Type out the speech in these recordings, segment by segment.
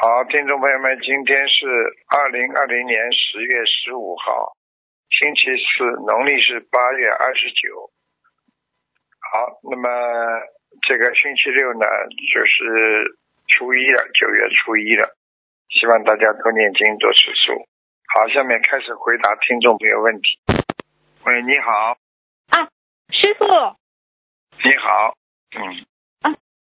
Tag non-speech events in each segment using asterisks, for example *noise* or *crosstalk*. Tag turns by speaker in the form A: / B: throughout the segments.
A: 好，听众朋友们，今天是二零二零年十月十五号，星期四，农历是八月二十九。好，那么这个星期六呢，就是初一了，九月初一了，希望大家多念经，多吃素。好，下面开始回答听众朋友问题。喂，你好，
B: 师傅，
A: 你好，嗯，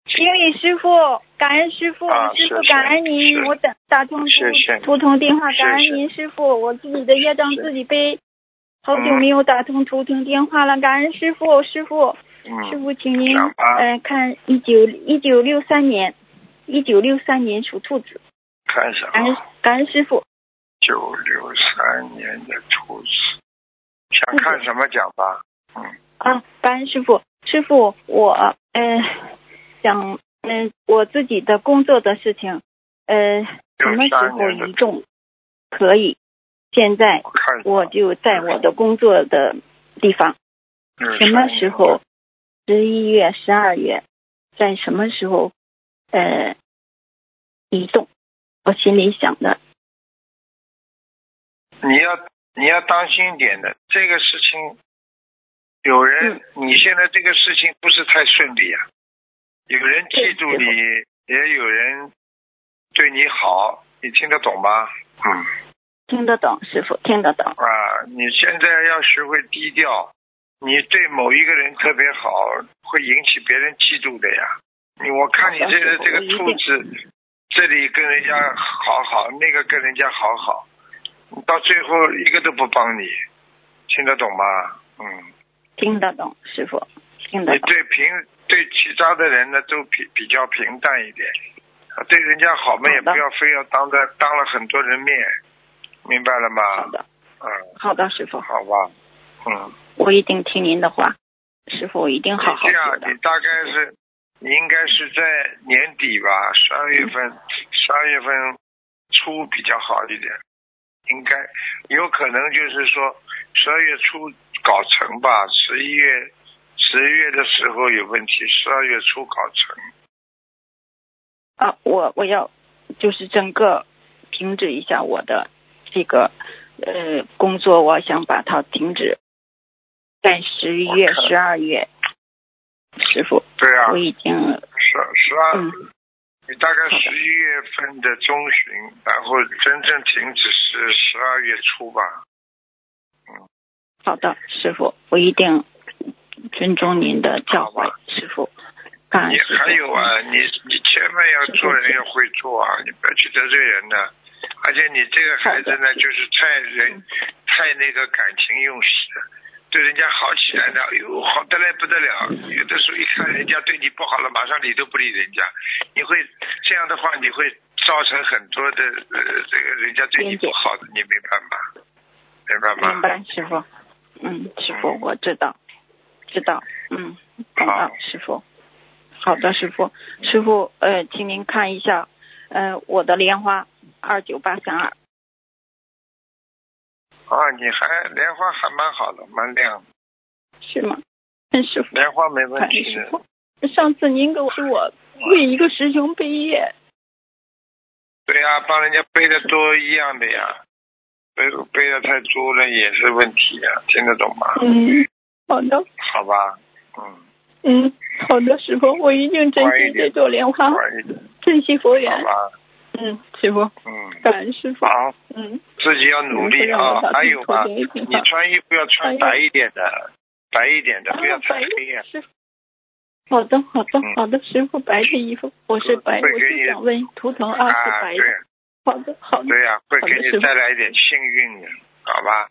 B: 请你师傅，感恩师傅，
A: 啊
B: 师傅
A: 是是
B: 感恩您，
A: 是
B: 我等打通不
A: 谢谢
B: 不通电话，
A: 是
B: 感恩
A: 是
B: 您师傅，我自己的业障
A: 是
B: 自己背，好久
A: 嗯
B: 没有打通图腾电话了，感恩师傅，师傅，师
A: 嗯，
B: 傅，请您
A: 讲吧
B: 呃看一九一九六三年，一九六三年属兔子，
A: 看一下
B: 感恩
A: 啊，
B: 感恩师傅，
A: 九六三年的兔子，想看什么讲吧？嗯，
B: 啊，感恩师傅，师傅，我呃想嗯、我自己的工作的事情，呃什么时
A: 63
B: 候
A: 年的
B: 移动可以？现在
A: 我看一下
B: 我就在我的工作的地方，
A: 63
B: 什么时
A: 年
B: 候？十一月、十二月，在什么时候呃移动？我心里想的，
A: 你要你要当心一点的，这个事情，有人、
B: 嗯
A: 你现在这个事情不是太顺利啊，有人记住
B: 对
A: 你，也有人对你好，你听得懂吗？嗯
B: 听得懂，师傅听得懂，
A: 啊，你现在要学会低调，你对某一个人特别好，会引起别人嫉妒的呀。你我看你
B: 好的
A: 这个
B: 师
A: 这
B: 傅
A: 个
B: 我一定
A: 兔子，这里跟人家好好，那个跟人家好好，你到最后一个都不帮你，听得懂吗？嗯。
B: 听得懂，师傅听得
A: 你
B: 懂，
A: 对平对其他的人呢，都比比较平淡一点，啊对人家好嘛，
B: 好
A: 也
B: 的
A: 不要非要当着当了很多人面，明白了
B: 好
A: 吗？
B: 的，
A: 嗯，
B: 好的，师傅。
A: 好吧，嗯，
B: 我一定听您的话，师傅，我一定好好
A: 你哎这样
B: 做，的
A: 你。大概啊是，你应该是在年底吧，十二月份，十二月份初比较好一点，应该有可能就是说十二月初搞成吧，十一月十一月的时候有问题，十二月初搞成。
B: 啊，我我要就是整个停止一下我的这个呃工作，我想把它停止在十一月
A: 我、看
B: 十二月。师傅，
A: 对啊
B: 我，已经
A: 十十二，
B: 嗯
A: 你大概
B: 好的
A: 十一月份的中旬，然后真正停止是十二月初吧。
B: 好的，师傅，我一定尊重您的教
A: 好
B: 诲，师傅。感恩
A: 你
B: 师傅
A: 还有啊，
B: 嗯
A: 你你千万要做人要会做啊，你不要去得罪人呢、而且你这个孩子呢，就是太
B: 嗯
A: 人太那个感情用事，对人家好起来的，哎呦，好得来不得了。有的时候一看人家对你不好了，马上理都不理人家，你会这样的话，你会造成很多的呃，这个人家对你不好的，你明白吗？明白吗？
B: 明白，师傅。嗯，师傅
A: 嗯，
B: 我知道，知道。嗯，懂
A: 好
B: 了，师傅。好的，师傅，师傅，呃，请您看一下，呃，我的莲花二九八三二，
A: 啊，你还莲花还蛮好的，蛮亮，
B: 是吗？嗯，师傅，
A: 莲花没问
B: 感
A: 题
B: 恩
A: 的
B: 师。傅。上次您给我说我为一个师兄背业，
A: 对呀、帮人家背的多一样的呀，背背的太多了也是问题呀、听得懂吗？
B: 嗯，好的，
A: 好吧，嗯，
B: 嗯，好的，师傅，我一定珍
A: 乖一
B: 惜
A: 点
B: 这朵莲花，
A: 晚一点，
B: 珍惜佛缘
A: 好。吧，
B: 嗯，师傅，
A: 嗯，
B: 感恩师傅。
A: 好，
B: 嗯，
A: 自己要努力啊。还有
B: 吧
A: 吧，，你穿衣服要穿白一点的，白一点的，
B: 啊
A: 不要太黑啊呀、
B: 师傅。好的，好的
A: 嗯，
B: 好的，师傅，白的衣服，我是白，
A: 会
B: 我
A: 给你
B: 就想问图腾
A: 啊。
B: 二哦是白的。
A: 对
B: 好的，好的，
A: 对呀、会给
B: 好的师
A: 你
B: 傅
A: 带来一点幸运的，好吧？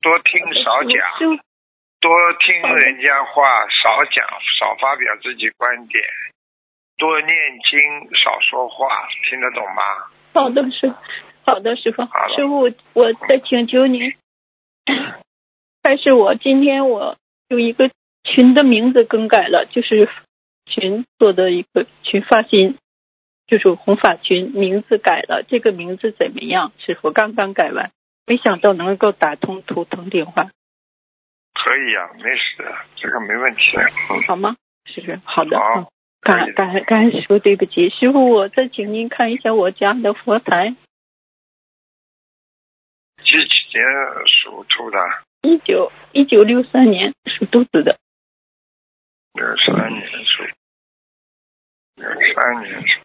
A: 多听少讲，
B: 师傅，
A: 多听人家话，少讲，少发表自己观点，多念经，少说话，听得懂吗？
B: 好的，师傅，好的，师傅
A: 好了，嗯
B: 师傅，我再请求您，但是我今天我有一个群的名字更改了，就是群做的一个群发心。就是红发群名字改了，这个名字怎么样？师傅刚刚改完，没想到能够打通图腾电话。
A: 可以啊，没事的，这个没问题的。嗯，
B: 好吗？是不是？好的，
A: 好
B: 嗯
C: 感感感恩师傅，对不起，师傅，我再请您看一下我家的佛台，
A: 几几年属兔的？
C: 一九一九六三年属兔子的，
A: 六三年属，六三年属，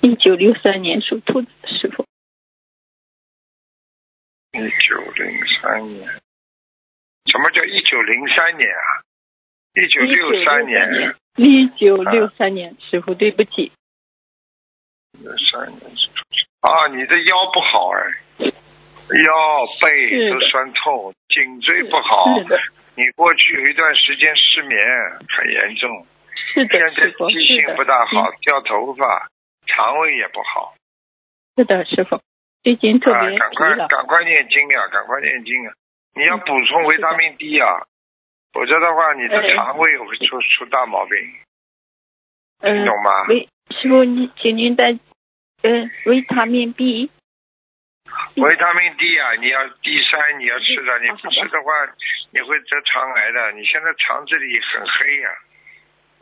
C: 一九六三年属兔子的师傅，
A: 一九零三年。什么叫一九零三年啊？一九
C: 一九
A: 六三年，
C: 年，一九六三年，师傅，对不起，
A: 六三年属兔子。啊，你的腰不好哎，腰背
C: 是
A: 都
C: 的
A: 酸痛，颈椎不好
C: 是。的，
A: 你过去有一段时间失眠很严重，
C: 是
A: 现
C: 的，
A: 在
C: 师傅，
A: 记
C: 是
A: 性
C: 的，嗯
A: 不大好，掉头发，肠胃也不好。
C: 是的，师傅，最近特
A: 啊
C: 别，
A: 赶
C: 疲
A: 快
C: 劳，嗯
A: 赶快念经啊，赶快念经啊！你要补充维他命 D 啊，否则的话你的
C: 哎
A: 肠胃会出出大毛病，
C: 嗯、
A: 听懂吗？
C: 维师傅，你请您再，嗯，维他命 B，
A: 维他命 D 啊，你要 D 三你要吃的，
C: 嗯
A: 你
C: 好
A: 不
C: 好的
A: 吃的话你会得肠癌的。你现在肠子里很黑呀、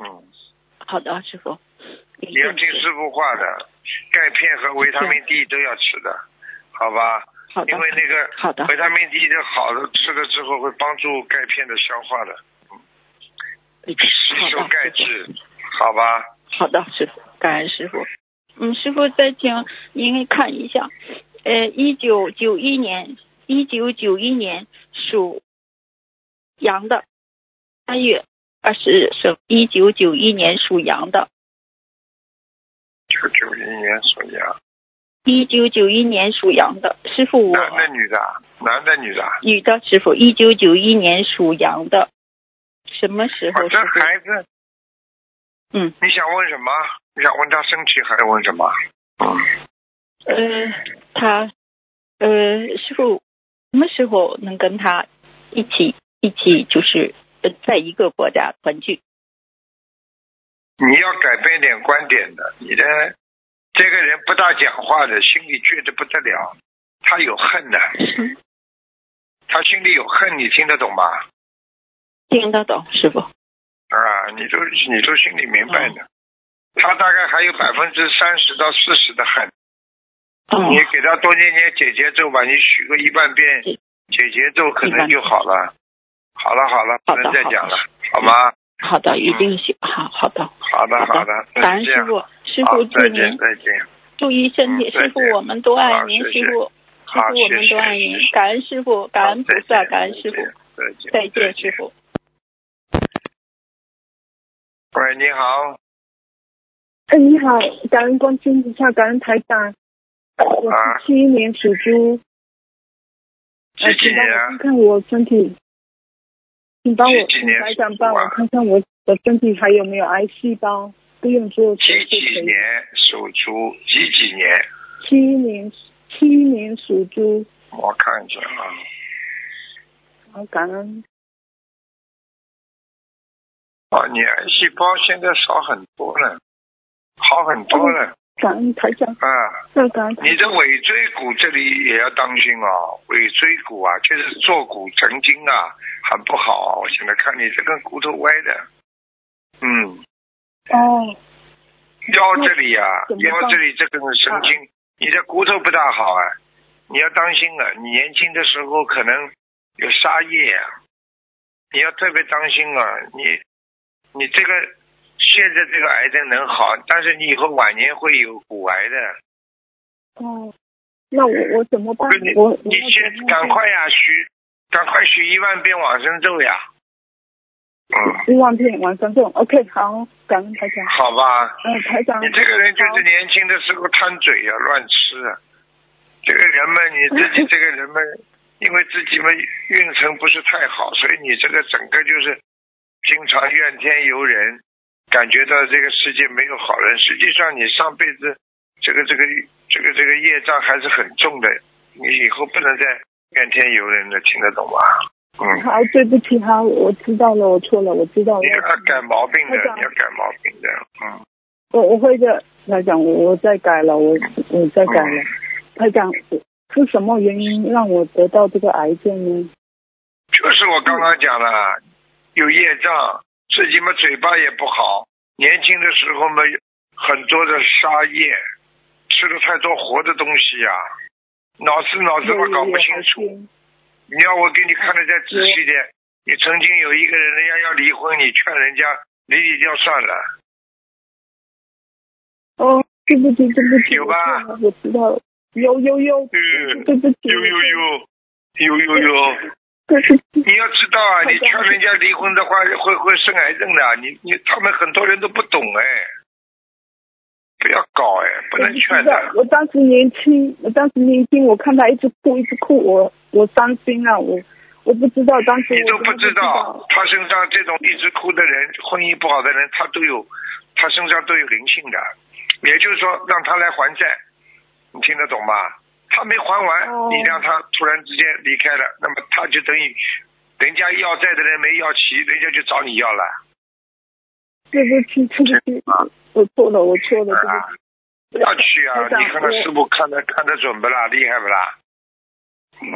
A: 嗯，
C: 好的，师傅，一
A: 你要
C: 定
A: 听
C: 是
A: 师傅话的，钙片和维他命 D 都要吃的，好吧？
C: 好的
A: 因，为那个嗯
C: 好的，
A: 维他命 D 的好的吃了之后会帮助钙片的消化的，吸收
C: 好
A: 钙
C: 的，
A: 质，好吧？
C: 好的，师傅，感恩师傅。嗯，师傅再请您看一下，呃，一九九一年，一九九一年属羊的，三月二十日生，一九九一年属羊的，
A: 九九零年属羊，
C: 一九九一年属羊的，师傅我
A: 男的女的啊？男的女的啊？
C: 女的师傅，一九九一年属羊的，什么时候
A: 我
C: 师
A: 啊这
C: 傅？
A: 孩子，
C: 嗯，
A: 你想问什么？你想问他身体还是问什么？嗯。
C: 呃，他，呃，师傅，什么时候能跟他一起一起就是呃在一个国家团聚？
A: 你要改变点观点的，你的这个人不大讲话的，心里倔得不得了，他有恨的，他心里有恨，你听得懂吧？
C: 听得懂师
A: 哦
C: 傅？
A: 啊，你都你都心里明白
C: 嗯
A: 的，他大概还有百分之三十到四十的恨，
C: 哦
A: 你，给他多念念解结咒吧，你许个一万遍
C: 是
A: 解结咒可能就好了。好了好了，
C: 好的
A: 不能再讲了，好
C: 好的
A: 吗？
C: 好的，一定行，好好的，
A: 好的
C: 好的
A: 好的，那
C: 感
A: 就
C: 恩
A: 这
C: 师
A: 样，
C: 傅，师
A: 好
C: 傅
A: 再
C: 祝
A: 见
C: 您
A: 再见，
C: 注意身体，
A: 嗯再见
C: 师傅我们都爱您，
A: 好谢谢
C: 师傅，师
A: 好
C: 傅我们
A: 谢谢
C: 都爱您
A: 谢谢，
C: 感恩师傅，感恩菩萨，感恩师傅，
A: 再见，
C: 再见师傅。
A: 喂，你好，
B: 哎，你好，感恩光天菩萨，感恩台长。我
A: 啊
B: 是七一年属猪，呃
A: 几几
B: 请
A: 年啊？
B: 帮我看看我身体，请帮我，
A: 几几
B: 请
A: 年
B: 台
A: 属
B: 长
A: 猪
B: 帮我
A: 啊
B: 看看我的身体还有没有癌细胞，不用做手
A: 几几
B: 术可以
A: 年。属猪？几几年？
B: 七一年，七一年属猪，
A: 我看一下啊，
B: 好感恩。
A: 啊，你癌细胞现在少很多了，好很多了
B: 感恩台长，
A: 啊。
B: 要感恩台
A: 你的尾椎骨这里也要当心哦，尾椎骨啊，就是坐骨神经啊，很不好啊。我现在看你这根骨头歪的，嗯，
B: 哦，
A: 腰这里啊
B: 怎，么办
A: 腰这里这根神经，你的骨头不大好啊，你要当心啊。你年轻的时候可能有沙叶啊，你要特别当心啊。你你这个现在这个癌症能好，但是你以后晚年会有骨癌的。
B: 哦，那我我怎么办
A: 不是你？
B: 我我
A: 你
B: 要怎
A: 先
B: 么
A: 赶
B: 办
A: 快呀，许赶快许一万遍往生咒呀。嗯，
B: 一万片晚上种。OK，好，感恩台长。
A: 好吧。
B: 嗯、台长。
A: 你这个人就是
B: 好
A: 年轻的时候贪嘴呀、乱吃啊。这个人嘛，你自
B: *laughs*
A: 己这个人嘛，因为自己嘛运程不是太好，所以你这个整个就是经常怨天尤人，感觉到这个世界没有好人。实际上你上辈子这个这个这个这个业障还是很重的，你以后不能再怨天尤人了，听得懂吗？嗯，
B: 好，对不起哈，我知道了，我错了，我知道了
A: 你。要改毛病的
B: 台，长
A: 你要改毛病的，嗯。
B: 我我会的，台长，我我再改了，我我再改
A: 嗯
B: 了。台长，是什么原因让我得到这个癌症呢？
A: 就是我刚刚讲的，有业障，自己嘛嘴巴也不好，年轻的时候嘛，很多的沙叶，吃了太多活的东西呀、脑子脑子嘛搞不清楚。你要我给你看的再仔细点，你曾经有一个人人家要离婚，你劝人家离离掉算了，
B: 哦，对不起，对不起，
A: 有吧
B: 我错了我知道了，有有有，
A: 嗯，
B: 对不起，
A: 呦呦呦，呦呦呦。
B: 对不起，
A: 你要知道啊，
B: 好
A: 你
B: 像
A: 劝
B: 是
A: 人家离婚的话，会会生癌症的啊。你你他们很多人都不懂哎，不要搞哎，不能劝
B: 我知道
A: 的。
B: 我当时年轻，我当时年轻，我看他一直哭，一直哭，我我伤心了，我我不知道当时
A: 你
B: 我
A: 都不
B: 真的不
A: 知道，他身上这种一直哭的人，婚姻不好的人，他都有，他身上都有灵性的。也就是说，让他来还债，你听得懂吗？他没还完，
B: 哦
A: 你让他突然之间离开了，那么他就等于人家要债的人没要齐，人家就找你要了。
B: 对不起，对不起，我错了，我错了，
A: 啊
B: 对不起。
A: 要去啊！
B: 台长
A: 你看看
B: 我
A: 师傅看得看得准不啦？厉害不啦？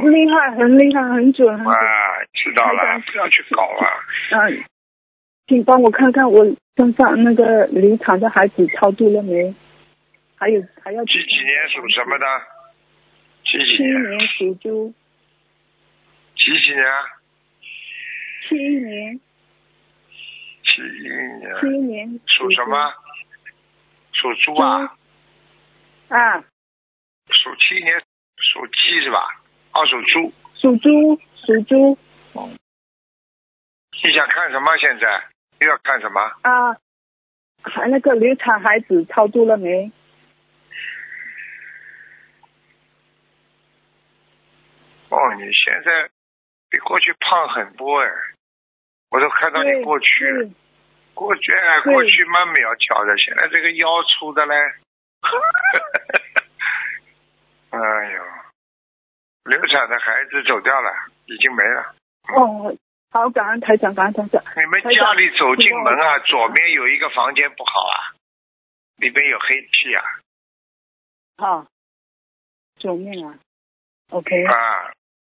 B: 厉害，很厉害，很准，很准。
A: 啊，知道
B: 台
A: 了
B: 长，
A: 不要去搞啊！
B: 嗯，请帮我看看我身上那个流产的孩子超度了没？还有还要
A: 几几年属什么的？几
B: 嗯七
A: 几年？
B: 年属猪，
A: 几几年？啊
B: 七一年，
A: 七一年
B: 七一年
A: 属
B: 猪
A: 什么？？属猪啊？
B: 啊，
A: 属七年属鸡是吧？啊，属猪。
B: 属猪，属猪
A: 你想看什么？现在又要看什么？
B: 啊，还那个流产孩子超度了没？
A: 哦，你现在比过去胖很多哎，我都看到你
B: 对，
A: 过去了。
B: 对
A: 过去哎，
B: 对
A: 过去蛮苗条的，现在这个腰粗
B: *laughs*
A: 的嘞。哎呦，流产的孩子走掉了，已经没了。
B: 哦，好，感恩台长，感恩台长。
A: 你们家里走进门啊，左面有一个房间不好啊，里边有黑气啊
B: 好，救命啊！OK，
A: 啊，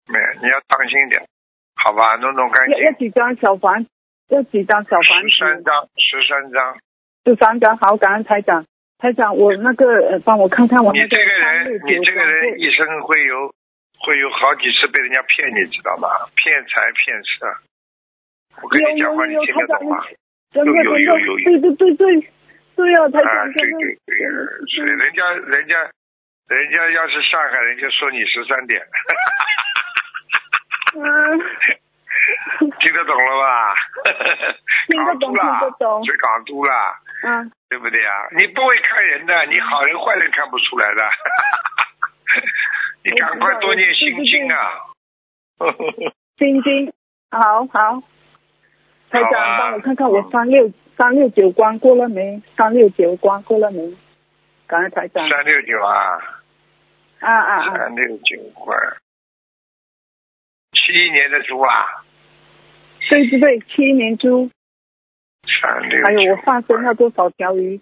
A: 没有，你要当心点，好吧，弄弄干
B: 要
A: 净
B: 要。几张小房？要几张小房
A: 十三
B: 子？
A: 张，十三张。
B: 十三张。好，感恩台长。台长，我那个呃，帮我看看我
A: 你
B: 那
A: 这个
B: 三六
A: 人，你
B: 九
A: 这个人
B: 张。
A: 一生会有会有好几次被人家骗，你知道吗？骗财骗色。我跟
B: 有
A: 你讲话，
B: 有
A: 你
B: 有，
A: 听
B: 台
A: 得
B: 长
A: 懂吗？，
B: 真的
A: 有有有有
B: 真的，对对对对，对啊，台
A: 啊，
B: 长
A: 对
B: 真
A: 对
B: 的。
A: 对，是人家人家人家要是上海人，就说你十三
B: *laughs*
A: 点，
B: 嗯，
A: 听得懂了吧？
B: 听得
A: 港
B: 懂，
A: 都
B: 听
A: 啦
B: 得，懂。
A: 是港都啦，
B: 嗯，
A: 对不对啊？你不会看人的，你好人坏人看不出来的。 *laughs* 你赶快多念心经啊！
B: *laughs* 晶晶，好好。台长，
A: 好啊
B: 帮我看看我
A: 嗯
B: 三六三六九关过了没？三六九关过了没？感恩台长。
A: 三六九啊。
B: 啊啊啊！
A: 三六九块，七一年的猪啊，
B: 对对对，七一年猪。
A: 三六九块。
B: 还哎有我放生要多少条鱼？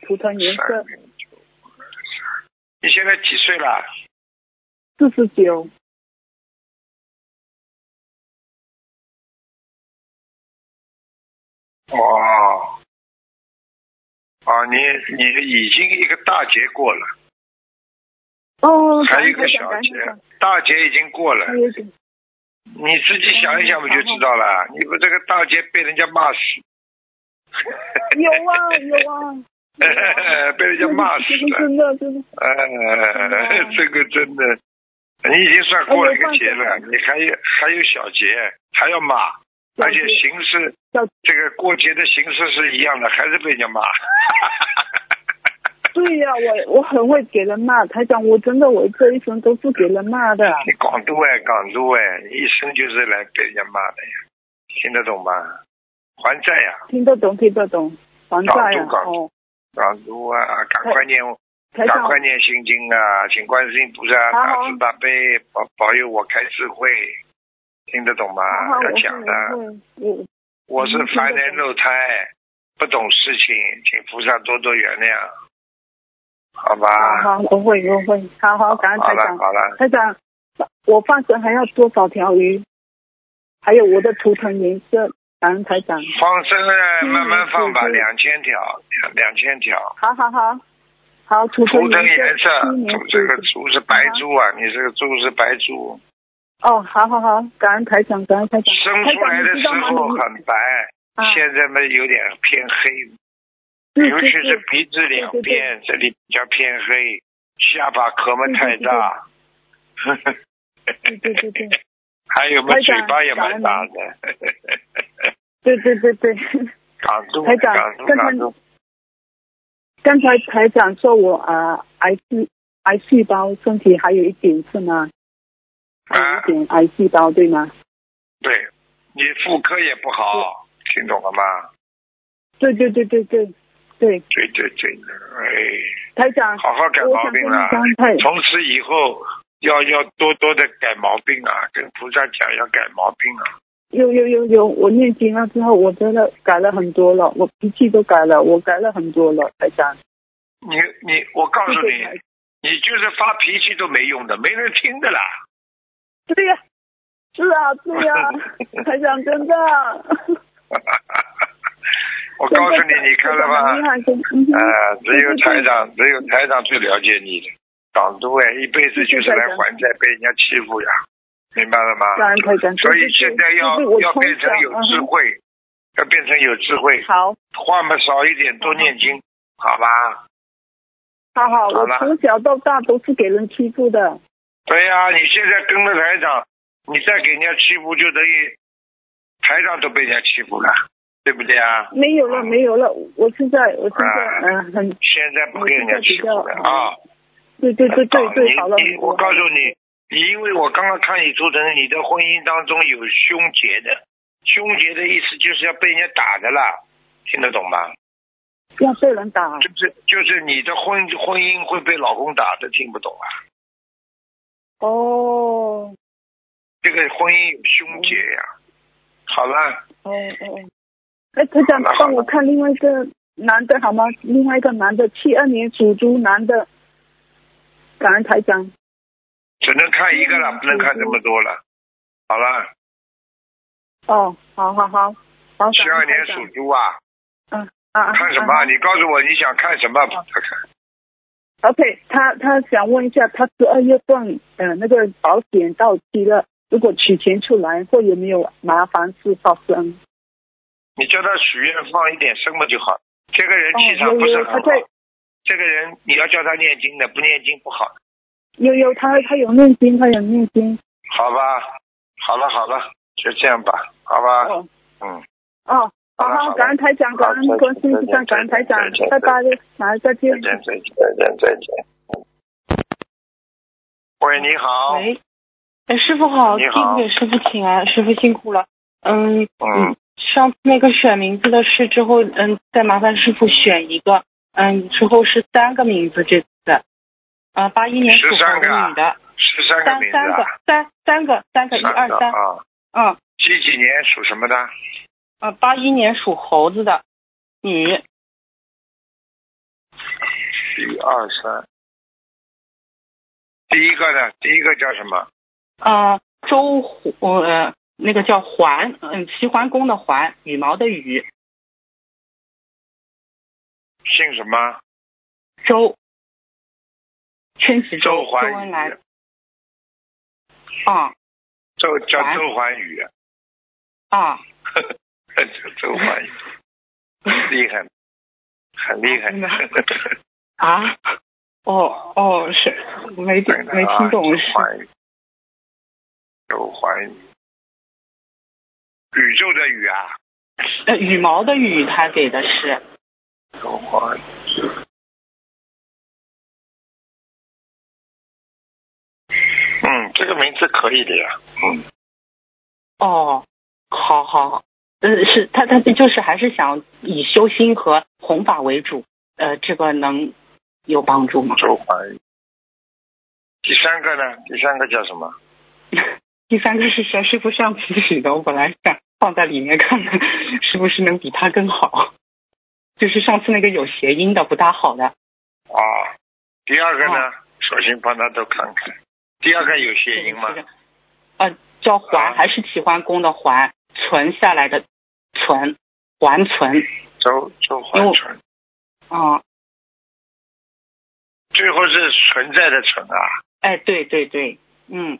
B: 图腾颜色
A: 369你现在几岁了？
B: 四十九，
A: 哦，哦，你你已经一个大劫过了，
B: 哦，
A: 还有一个小
B: 感
A: 劫
B: 谢感谢，
A: 大劫已经过了
B: 还，有一个
A: 你自己想一想不就知道
B: 嗯
A: 了？你不这个大劫被人家骂死，哎 *laughs*
B: 有啊有啊，
A: 被人家骂死
B: 真的
A: 了。
B: 真的真的，
A: 呃，哎
B: 嗯
A: 这个真的，你已经算过了一个节
B: 哎
A: 了，你还有还有小节，还要骂，而且形式
B: 小
A: 这个过节的形式是一样的，还是被人家骂。 *laughs*
B: 对呀、我我很会给人骂，台长，我真的我这一生都是给人骂的，
A: 你港督哎，港督哎，你一生就是来被人家骂的呀，听得懂吗？还债啊呀、
B: 听得懂听得懂，还债
A: 搞
B: 啊
A: 住搞，住
B: 哦，
A: 港督啊，赶快念，
B: 台
A: 赶
B: 长
A: 快念心经啊，请观世音菩萨
B: 好
A: 大
B: 好
A: 慈大悲保保佑我开智慧，听得懂吗？
B: 好好，
A: 要
B: 我
A: 讲的。
B: 会我会
A: 我
B: 嗯
A: 是凡人肉胎，不懂事情，请菩萨多多原谅，好吧？
B: 我好好我会我会，好好感恩
A: 啊好
B: 台
A: 了
B: 长。
A: 好了，
B: 台长，我放生还要多少条鱼？还有我的图腾颜色感恩台长。
A: 放生呢，慢慢放吧，
B: 嗯嗯对对
A: 两千条，两两千条。
B: 好好好，好，图腾
A: 图腾颜色
B: 今，年
A: 图这个猪是白猪啊，你这个猪是白猪，
B: 哦，好好好，感恩台长，感恩台长。
A: 生出来的时候很白，
B: 啊，
A: 现在嘛有点偏黑，
B: 是
A: 尤
B: 是
A: 其是
B: 是
A: 鼻子两
B: 对对对
A: 边这里比较偏黑，下巴壳嘛
B: 对对
A: 太
B: 对
A: 大， *laughs*
B: 对对对对，
A: 还有嘛
B: 台
A: 嘴
B: 长
A: 巴也蛮大
B: 感
A: 的， *laughs*
B: 对对对对。 *laughs*
A: 港珠
B: 台长
A: 港珠
B: 刚才
A: 港珠，
B: 刚才台长说我啊、呃癌细癌细胞身体还有一点是吗？
A: 啊
B: 还有一点癌细胞对吗？
A: 对你妇科也不好，听懂了吗？
B: 对对对对对对，
A: 对对对，哎，
B: 台长，
A: 好好改
B: 啊我
A: 毛
B: 想跟
A: 病
B: 你
A: 了。
B: 讲，台
A: 从此以后要要多多的改毛病啊，跟菩萨讲要改毛病啊。
B: 有有有有，我念经了之后，我真的改了很多了，我脾气都改了，我改了很多了，台长。
A: 你你，我告诉
B: 谢
A: 你
B: 谢，台
A: 你就是发脾气都没用的，没人听的啦。
B: 对呀、是啊，对呀、台长真的，
A: 我
B: 真
A: 告
B: 的
A: 诉你
B: 改，
A: 你看了
B: 真的
A: 吧？
B: 很厉害，真的嗯哼
A: 呃，只有台长，只有台长最了解你的。港督哎，一辈子就是来还债，被人家欺负呀，明白了吗？
B: 感恩台长，
A: 所以现在要
B: 对对对我
A: 要变成有
B: 从小
A: 智
B: 嗯哼
A: 慧，要变成有智慧，
B: 好，
A: 话嘛少一点，多念经，好吧？
B: 好好，
A: 好
B: 我
A: 了
B: 从小到大都是给人欺负的，
A: 对呀、你现在跟着台长，你再给人家欺负，就等于台长都被人家欺负了，对不对啊？
B: 没有了，
A: 嗯
B: 没有了，我现在我现在嗯、很
A: 现在不给人家欺负了
B: 哦
A: 啊！
B: 对对哦对对对，好了
A: 你
B: 很
A: 你我
B: 多，
A: 告诉你，你因为我刚刚看你图腾，你的婚姻当中有凶劫的，凶劫的意思就是要被人家打的啦，听得懂吗？
B: 要被人打，
A: 就是就是你的婚婚姻会被老公打的，听不懂啊？
B: 哦
A: 这个婚姻有凶劫呀、好了，
B: 哦哦，哎，他长
A: 好了
B: 帮我看另外一个男的好吗？另外一个男的，七二年属猪男的，感恩台长。
A: 只能看一个
B: 嗯
A: 了，不能看这么多了。好了，
B: 哦，好好好，好，
A: 七二年
B: 感
A: 属
B: 恩台长
A: 猪啊，
B: 嗯啊啊，
A: 看什么？
B: 啊
A: 你告诉我你想看什么？不看。
B: OK，他他想问一下，他十二月份呃那个保险到期了，如果取钱出来，会有没有麻烦事发生？
A: 你叫他许愿放一点生嘛就好。这个人气场不是很好
B: 哦有有他在，
A: 这个人你要叫他念经的，不念经不好，
B: 有有，他他有念经，他有念经。
A: 好吧？好了好了，就这样吧，好吧？
B: 哦
A: 嗯，
B: 哦，好
A: 好了好
B: 好，
A: 了
B: 感恩台长，感恩
A: 好
B: 关
A: 再见
B: 心菩萨，感恩台长
A: 再见，
B: 拜拜，马上再见
A: 再。见再见再见再见。嗯喂，你好。嗯
D: 喂，哎，师傅好，
A: 你
D: 弟
A: 好
D: 子给师傅请安，师傅辛苦了。嗯，
A: 嗯，
D: 上次那个选名字的事之后，嗯，再麻烦师傅选一个，嗯，之后是三个名字这次，啊、八一年属
A: 13
D: 猴
A: 个啊
D: 的女的，
A: 十三个
D: 三
A: 名字
D: 三个
A: 啊，
D: 三三个三个一
A: 三
D: 二
A: 个
D: 三，
A: 啊。
D: 嗯，
A: 几几年属什么的？
D: 啊，八一年属猴子的女，
A: 一二三。第一个呢？第一个叫什么？
D: 啊、周虎，呃，那个叫环，嗯，齐桓公的环，羽毛的羽，
A: 姓什么？
D: 周，春时
A: 周
D: 周
A: 环
D: 恩来
A: 宇，
D: 啊。
A: 周叫
D: 环
A: 周环宇，
D: 啊，
A: *laughs* 周环宇厉害，很厉害。 *laughs*
D: 啊，哦哦，是没听
A: 对的
D: 没
A: 啊
D: 听懂是
A: 周环宇，周环宇，宇宙的宇啊，
D: 呃羽毛的羽，他给的是
A: 周环宇。嗯，这个名字可以的呀。嗯，
D: 哦，好好好，呃是他他就是还是想以修心和弘法为主，呃这个能有帮助吗？
A: 周环宇。第三个呢？第三个叫什么？
D: 第三个是谁？师傅上次许的，我本来想放在里面看看是不是能比他更好，就是上次那个有谐音的不大好的，
A: 啊，第二个呢？
D: 啊
A: 小心帮他都看看。第二个有谐音吗？啊
D: 这个？呃，叫环，还是齐桓公的环，存下来的，
B: 存，完存，
A: 周周环存，
B: 嗯，
A: 最后是存在的存啊。
B: 哎，对对对，嗯，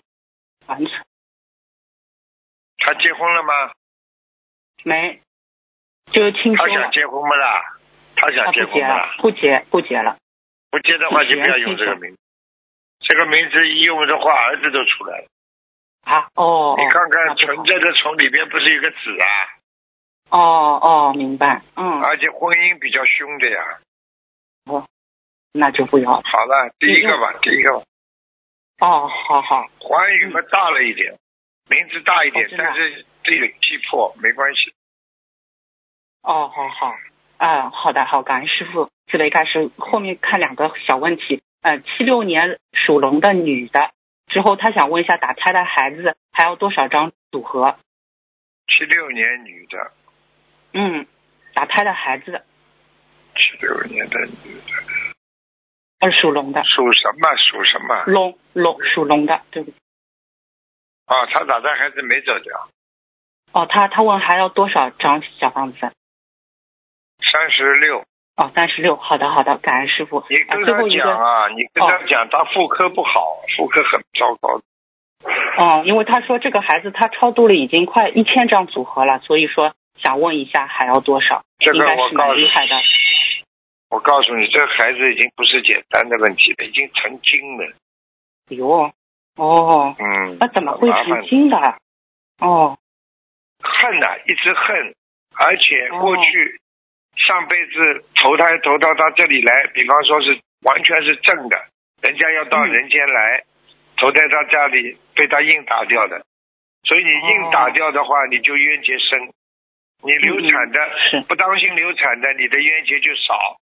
B: 完存
A: 他结婚了吗？
B: 没，就清修
A: 他想
B: 了，
A: 结婚不啦？他
B: 他
A: 想结
B: 不
A: 婚不
B: 结啊了
A: 啦，？
B: 不结不结了，
A: 不结的话就不要用这个名字。这个名字一用的话，儿子都出来了。
B: 啊，哦，
A: 你看看“
B: 那不好
A: 存在的存”里边不是有个子啊？
B: 哦哦，明白，嗯，
A: 而且婚姻比较凶的呀。
B: 那就不要了，
A: 好了，第一个
B: 嗯
A: 吧，第一个吧，
B: 哦，好好，
A: 寰宇嘛大了一点，名字大一点
B: 嗯哦，真的啊
A: 但是这个气魄没关系。
B: 哦，好好，啊、好的，好，感恩师傅，慈悲开始。后面看两个小问题，呃，七六年属龙的女的，之后她想问一下打胎的孩子还要多少张组合？
A: 七六年女的，
B: 嗯，打胎的孩子，
A: 七六年的女的，
B: 呃，属龙的，
A: 属什么？属什么？
B: 龙龙属龙的，对不起。
A: 啊，他打胎孩子没走掉，
B: 哦，她她问还要多少张小房子？
A: 三十六。
B: 哦，三十六，好的好的，感恩师傅。
A: 你
B: 啊
A: 跟
B: 最
A: 他
B: 后一
A: 讲
B: 个，
A: 啊，你跟他讲，他妇科不好，妇科很糟糕。
B: 哦，因为他说这个孩子他超度了已经快一千张组合了，所以说想问一下还要多少？
A: 这
B: 应
A: 个
B: 该
A: 我
B: 是
A: 告诉
B: 蛮
A: 你
B: 厉害的。
A: 我告诉你，这个孩子已经不是简单的问题了，已经成精了。
B: 哎呦，哦，
A: 嗯，
B: 那怎么会
A: 麻烦
B: 成精的？哦，
A: 恨呐、一直恨，而且
B: 哦
A: 过去上辈子投胎投到他这里来，比方说是完全是正的，人家要到
B: 嗯
A: 人间来，投在他家里被他硬打掉的，所以你硬
B: 哦
A: 打掉的话，你就冤结深，你流产的、
B: 嗯是
A: 不当心流产的，你的冤结就少。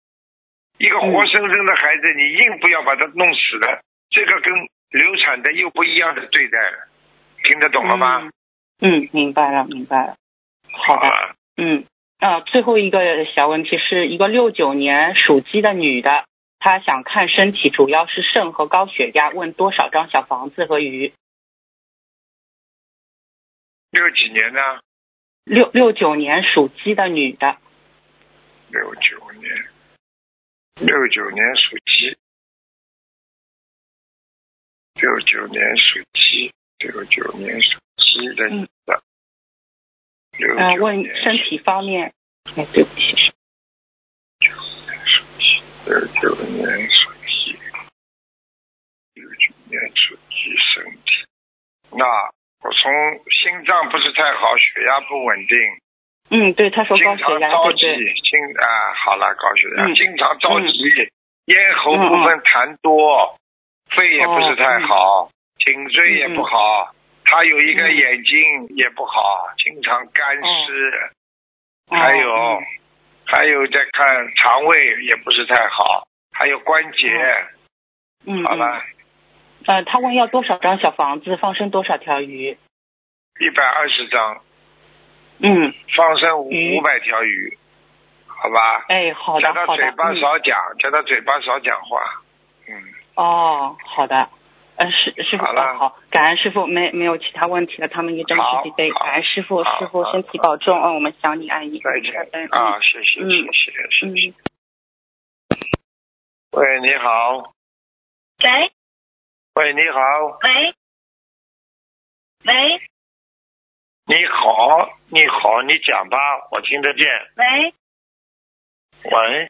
A: 一个
B: 嗯
A: 活生生的孩子，你硬不要把他弄死了，这个跟流产的又不一样的对待了，听得懂了吗？
B: 嗯？嗯，明白了，明白了。好的，
A: 了。
B: 嗯，啊，最后一个小问题是一个六九年属鸡的女的，她想看身体，主要是肾和高血压，问多少张小房子和鱼？
A: 六几年呢？
B: 六六九年属鸡的女的，
A: 六九年，六九年属鸡，六九年属鸡，六九年属鸡的女的，六
B: 呃，
A: 九
B: 问
A: 年
B: 身体方面。哎，对不起，
A: 属鸡，六九年属鸡，六九年属鸡身体。那我从心脏不是太好，血压不稳定，
B: 嗯，对，她说高
A: 经
B: 血
A: 常
B: 压，
A: 着
B: 对
A: 急
B: 对，，
A: 经啊，好了，高血压，
B: 嗯
A: 经常着急，咽喉部分痰多，肺也不是太好，颈椎也不好，他有一个
B: 嗯
A: 眼睛也不好，经常干湿，还有
B: 哦
A: 还有在看肠胃也不是太好，还有关节，
B: 嗯，嗯
A: 好了，
B: 呃，他问要多少张小房子，放生多少条鱼？
A: 一百二十张，
B: 嗯，
A: 放生五
B: 嗯
A: 五百条鱼，好吧，
B: 哎，好
A: 叫
B: 的，
A: 他
B: 好的
A: 嘴，巴
B: 嗯
A: 少讲，叫他嘴巴少讲话，嗯。
B: 哦，好的，呃，师师傅，
A: 好了
B: 哦好，感恩师傅，没没有其他问题了，他们一真
A: 好
B: 慈悲悲，
A: 好
B: 感恩师傅，
A: 好
B: 师傅
A: 好
B: 身体
A: 好
B: 保重，嗯，我们想你爱你，
A: 再见
B: 嗯
A: 啊，，谢谢
B: 嗯
A: 谢谢谢
B: 嗯
A: 谢。
B: 嗯，
A: 喂，你好，
E: 喂
A: 喂，你好，
E: 喂喂
A: 你好，你好，你讲吧，我听得见。
E: 喂
A: 喂，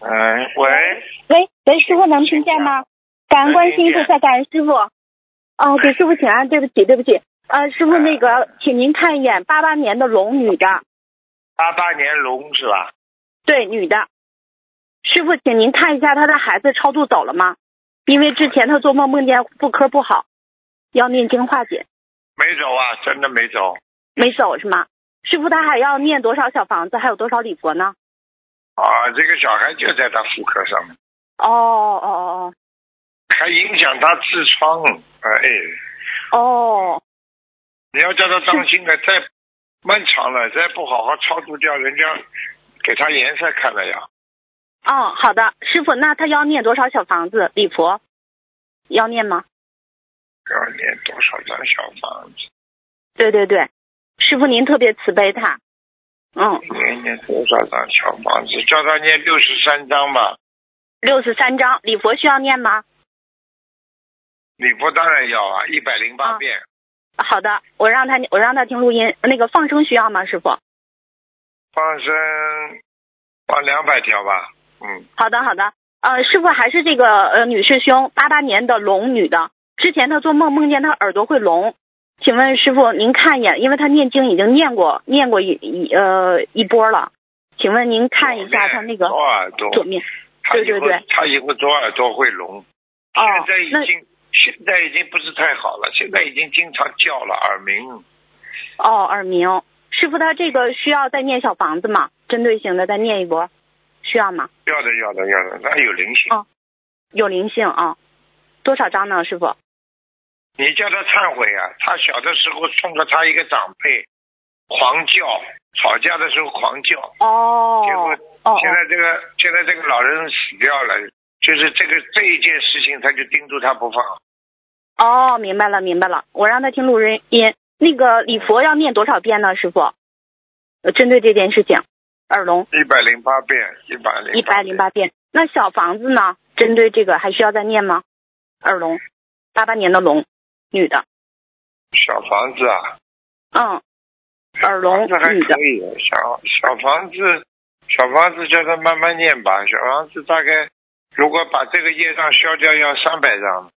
A: 嗯，喂，
E: 喂喂，师傅能听见吗？感恩关心菩萨，感恩师傅。啊，给师傅请安，对不起对不起。呃，师傅那个，请您看一眼八八年的龙女的，
A: 八八年龙是吧？
E: 对女的。师傅，请您看一下她的孩子超度走了吗？因为之前她做梦梦见妇科不好，要念经化解，
A: 没走啊，真的没走。
E: 没走是吗？师傅，她还要念多少小房子，还有多少礼佛呢？
A: 啊，这个小孩就在他妇科上面，
E: 哦哦哦
A: 还影响他痔疮。哎，
E: 哦哦，
A: 你要叫他当心了，再漫长了，再不好好超度掉，人家给他颜色看了呀。
E: 哦，好的，师傅，那他要念多少小房子礼佛？要念吗？
A: 要念多少张小房子？
E: 对对对，师傅您特别慈悲他，嗯，
A: 念念多少张小房子？叫他念六十三章吧。
E: 六十三章，礼佛需要念吗？
A: 礼佛当然要啊，一百零八
E: 啊
A: 遍。
E: 好的，我让他我让他听录音。那个放生需要吗，师傅？
A: 放生放两百条吧。嗯，
E: 好的，好的。呃，师傅还是这个呃女师兄，八八年的龙女的，之前她做梦梦见她耳朵会聋，请问师傅您看一眼，因为她念经已经念过念过一一呃一波了，请问您看一下她那个
A: 左耳朵，
E: 左面
A: 他以后
E: 对对对
A: 他以后左耳朵会聋。
E: 哦
A: 现在已
E: 那
A: 经现在已经不是太好了，现在已经经常叫了耳鸣。
E: 哦耳鸣，师傅她这个需要再念小房子吗？针对性的再念一波，需要吗？
A: 要的要的要的，那有灵性。
E: 哦有灵性啊，多少张呢，师傅？
A: 你叫他忏悔啊！他小的时候送给他一个长辈，狂叫，吵架的时候狂叫，
E: 哦
A: 结果
E: 哦哦
A: 现在这个、现在这个老人死掉了，就是这个这一件事情，他就盯住他不放。
E: 哦，明白了，明白了，我让他听录音音。那个礼佛要念多少遍呢，师傅？呃针对这件事情，耳聋
A: 一百零八遍，一百零
E: 一百零八遍。那小房子呢？针对这个还需要再念吗？耳聋，八八年的龙，女的，
A: 小房子啊，
E: 嗯，耳聋
A: 房子还
E: 女的
A: 可，以，小小房子，小房子叫他慢慢念吧。小房子大概如果把这个业障消掉，要三百张。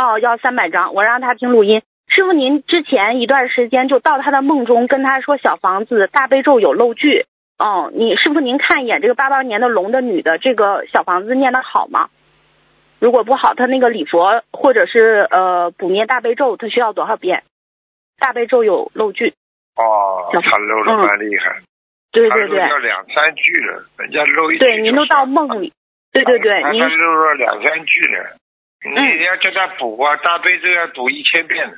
E: 哦，要三百张，我让他听录音。师傅，您之前一段时间就到他的梦中跟他说小房子大悲咒有漏句。哦，你师傅您看一眼这个八八年的龙的女的这个小房子念的好吗？如果不好，他那个礼佛或者是呃补念大悲咒，他需要多少遍？大悲咒有漏句。
A: 哦，
E: 小嗯
A: 他漏的蛮厉害。
E: 对
A: 他
E: 对
A: 漏
E: 对，
A: 掉两三句了，人家漏一句就
E: 对，您都到梦里。对对对，嗯
A: 他
E: 您
A: 他漏了两三句了，你要叫他补啊，大悲咒要补一千遍的。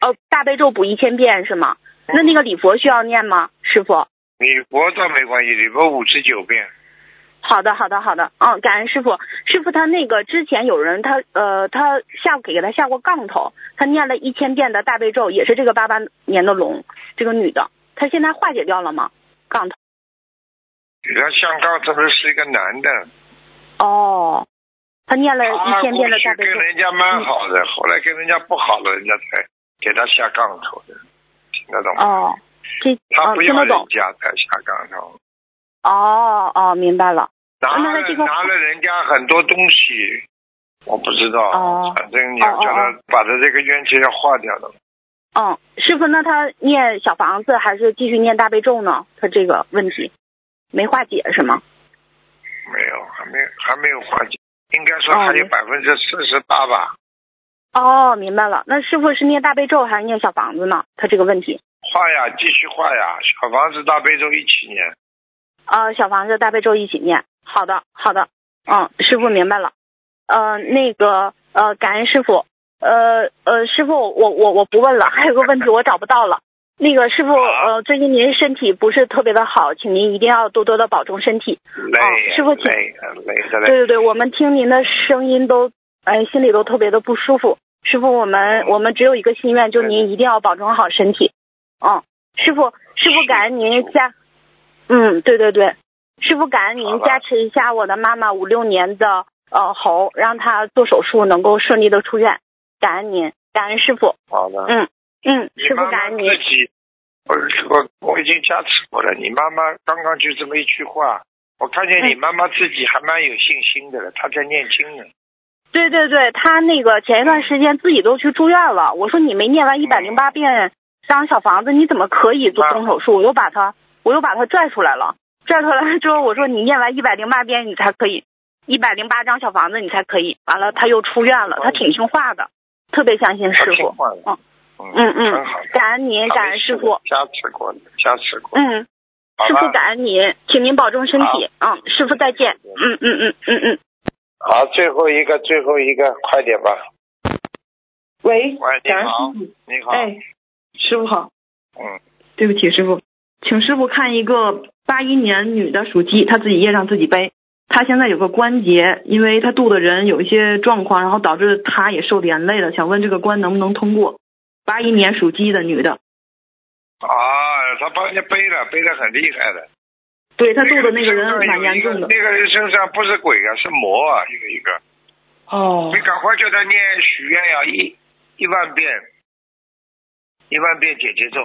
E: 哦大悲咒补一千遍是吗？那那个礼佛需要念吗，师傅？
A: 你佛倒没关系，你佛五十九遍，
E: 好的，好的，好的，嗯，感恩师傅。师傅他那个之前有人他呃他下给他下过杠头，他念了一千遍的大悲咒，也是这个八八年的龙，这个女的，她现在化解掉了吗？杠头？
A: 你看香港这不是一个男的，
E: 哦，他念了一千遍的
A: 他
E: 大
A: 过
E: 嗯悲
A: 去
E: 咒
A: 跟。人家蛮好的，后来跟人家不好了，人家才给他下杠头的，听得懂吗？
E: 哦，这
A: 他
E: 哦
A: 不
E: 听
A: 要
E: 得
A: 人
E: 懂。
A: 家才下杠头，
E: 哦哦，明白了。
A: 拿
E: 那
A: 了
E: 他这个
A: 拿了人家很多东西，我不知道，
E: 哦
A: 反正你要叫他
E: 哦
A: 把他这个冤结要化掉的。
E: 嗯，师傅，那他念小房子还是继续念大悲咒呢？他这个问题没化解是吗？
A: 没有，还没还没有化解，应该说还有
E: 哦
A: 百分之四十八吧，
E: 哦，明白了。那师傅是念大悲咒还是念小房子呢？他这个问题，
A: 画呀，继续画呀，小房子大悲咒一起念，
E: 呃，小房子、大悲咒一起念。好的，好的，嗯，师傅明白了。呃，那个，呃，感恩师傅，呃呃，师傅，我我我不问了，还有个问题我找不到了。那个师傅，呃，最近您身体不是特别的好，请您一定要多多的保重身体。
A: 累呀、
E: 哦师傅请
A: 累呀累的
E: 对
A: 嘞，
E: 对对，我们听您的声音都，哎，心里都特别的不舒服。师傅，我们我们只有一个心愿，就您一定要保重好身体。嗯，师傅，师傅感恩您加，嗯，对对对，师傅感恩
A: 好
E: 您
A: 吧
E: 加持一下我的妈妈五六年的呃猴，让她做手术能够顺利的出院，感恩您，感恩师傅，
A: 好的，
E: 嗯嗯，
A: 你
E: 师
A: 妈
E: 傅
A: 妈
E: 感恩您，
A: 自己，我我我已经加持过了，你妈妈刚刚就这么一句话，我看
E: 嗯
A: 见你妈妈自己还蛮有信心的了，她在念经呢，
E: 对对对，他那个前一段时间自己都去住院了。我说你没念完一百零八遍张小房子，你怎么可以做动手术？我又把他，我又把他拽出来了。拽出来之后，我说你念完一百零八遍你才可以，一百零八张小房子你才可以。完了他又出院了，他挺听话的，特别相信
A: 她
E: 师
A: 听
E: 傅。
A: 话了，
E: 嗯
A: 嗯
E: 嗯嗯
A: 很好的，，
E: 感恩您，感
A: 她没
E: 恩
A: 事
E: 师
A: 的
E: 傅。
A: 加持过了，加持过了，
E: 嗯，
A: 好
E: 师
A: 吧
E: 傅感恩您，请您保重身体。嗯，师傅再见。嗯嗯嗯嗯嗯。
A: 好，最后一个，最后一个，快点吧，
F: 喂，
A: 喂，你
F: 感恩
A: 好
F: 师，
A: 你好，
F: 傅，哎，师傅好，
A: 嗯，
F: 对不起师傅，请师傅看一个八一年女的属鸡，她自己业障自己背，她现在有个关节，因为她度的人有一些状况，然后导致她也受连累了，想问这个关能不能通过？八一年属鸡的女的，
A: 啊，他帮人家背了，背的很厉害的。
B: 对他做的那
A: 个
B: 个人蛮严重的。
A: 那个人身上不是鬼啊，是魔啊，一个一个。
B: 哦
A: 你赶快叫他念许愿呀，一一万遍，一万遍解节奏，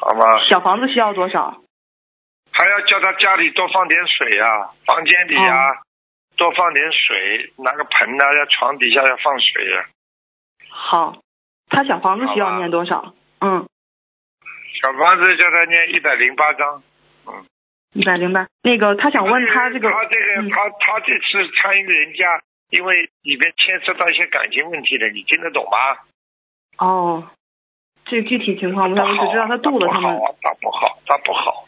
A: 好吗？
B: 小房子需要多少？
A: 还要叫他家里多放点水啊，房间里啊，
B: 嗯
A: 多放点水，拿个盆呐、在床底下要放水呀、
B: 好，他小房子需
A: 好
B: 要
A: 吧
B: 念多少？嗯，
A: 小房子叫他念一百零八章。
B: 一百零八。那个他想问他这个，
A: 他这个
B: 嗯
A: 他他这次参与人家，因为里边牵涉到一些感情问题的，你听得懂吗？
B: 哦，这具体情况不太，我只知道他
A: 不
B: 肚子
A: 好啊
B: 他们。
A: 他不好，他不好。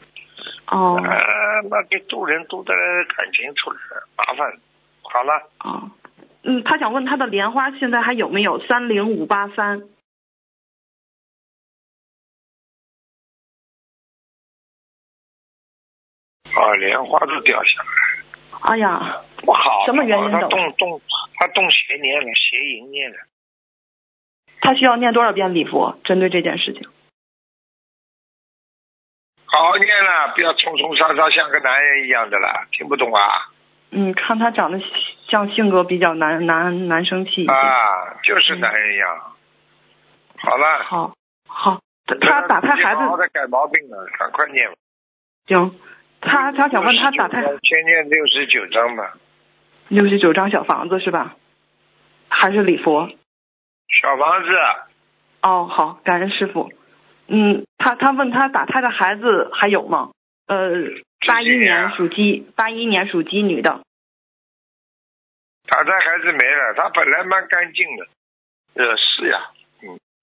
B: 哦
A: 呃，那就渡人渡的感情出来了，麻烦。好了，
B: 哦，嗯，他想问他的莲花现在还有没有？三零五八三。
A: 啊，莲花都掉下来，
B: 哎呀，
A: 不好。
B: 什么原因
A: 不好他
B: 都
A: 动动，他动邪念了，邪淫念了。
B: 他需要念多少遍礼佛？针对这件事情。
A: 好好念了，不要冲冲杀杀，像个男人一样的了，听不懂啊？
B: 嗯，看他长得像性格比较男男男生气一些。
A: 啊，就是男人样。好了，
B: 好，好，他他打胎孩子
A: 好好的改毛病了，赶快念吧。
B: 行。他他想问他打胎
A: 先念六十九章吧，
B: 六十九张小房子是吧？还是礼佛？
A: 小房子。
B: 哦，好，感恩师傅。嗯，他他问他打胎的孩子还有吗？呃，八一
A: 几年
B: 年
A: 啊
B: 属鸡，八一年属鸡女的。
A: 打胎孩子没了，他本来蛮干净的，惹事呀，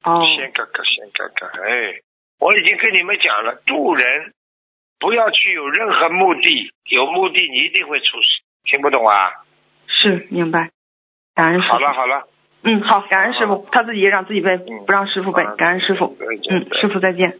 B: 哦，
A: 先看看，先看看，哎，我已经跟你们讲了，渡人不要去有任何目的，有目的你一定会出事，听不懂啊？
B: 是明白。感恩师
A: 好
B: 傅。
A: 了好了，
B: 嗯，好，感恩师
A: 好
B: 傅，他自己也让自己背，
A: 嗯
B: 不让师傅背
A: 好。
B: 感恩师傅。
A: 对对
B: 嗯，
A: 对
B: 师傅再见。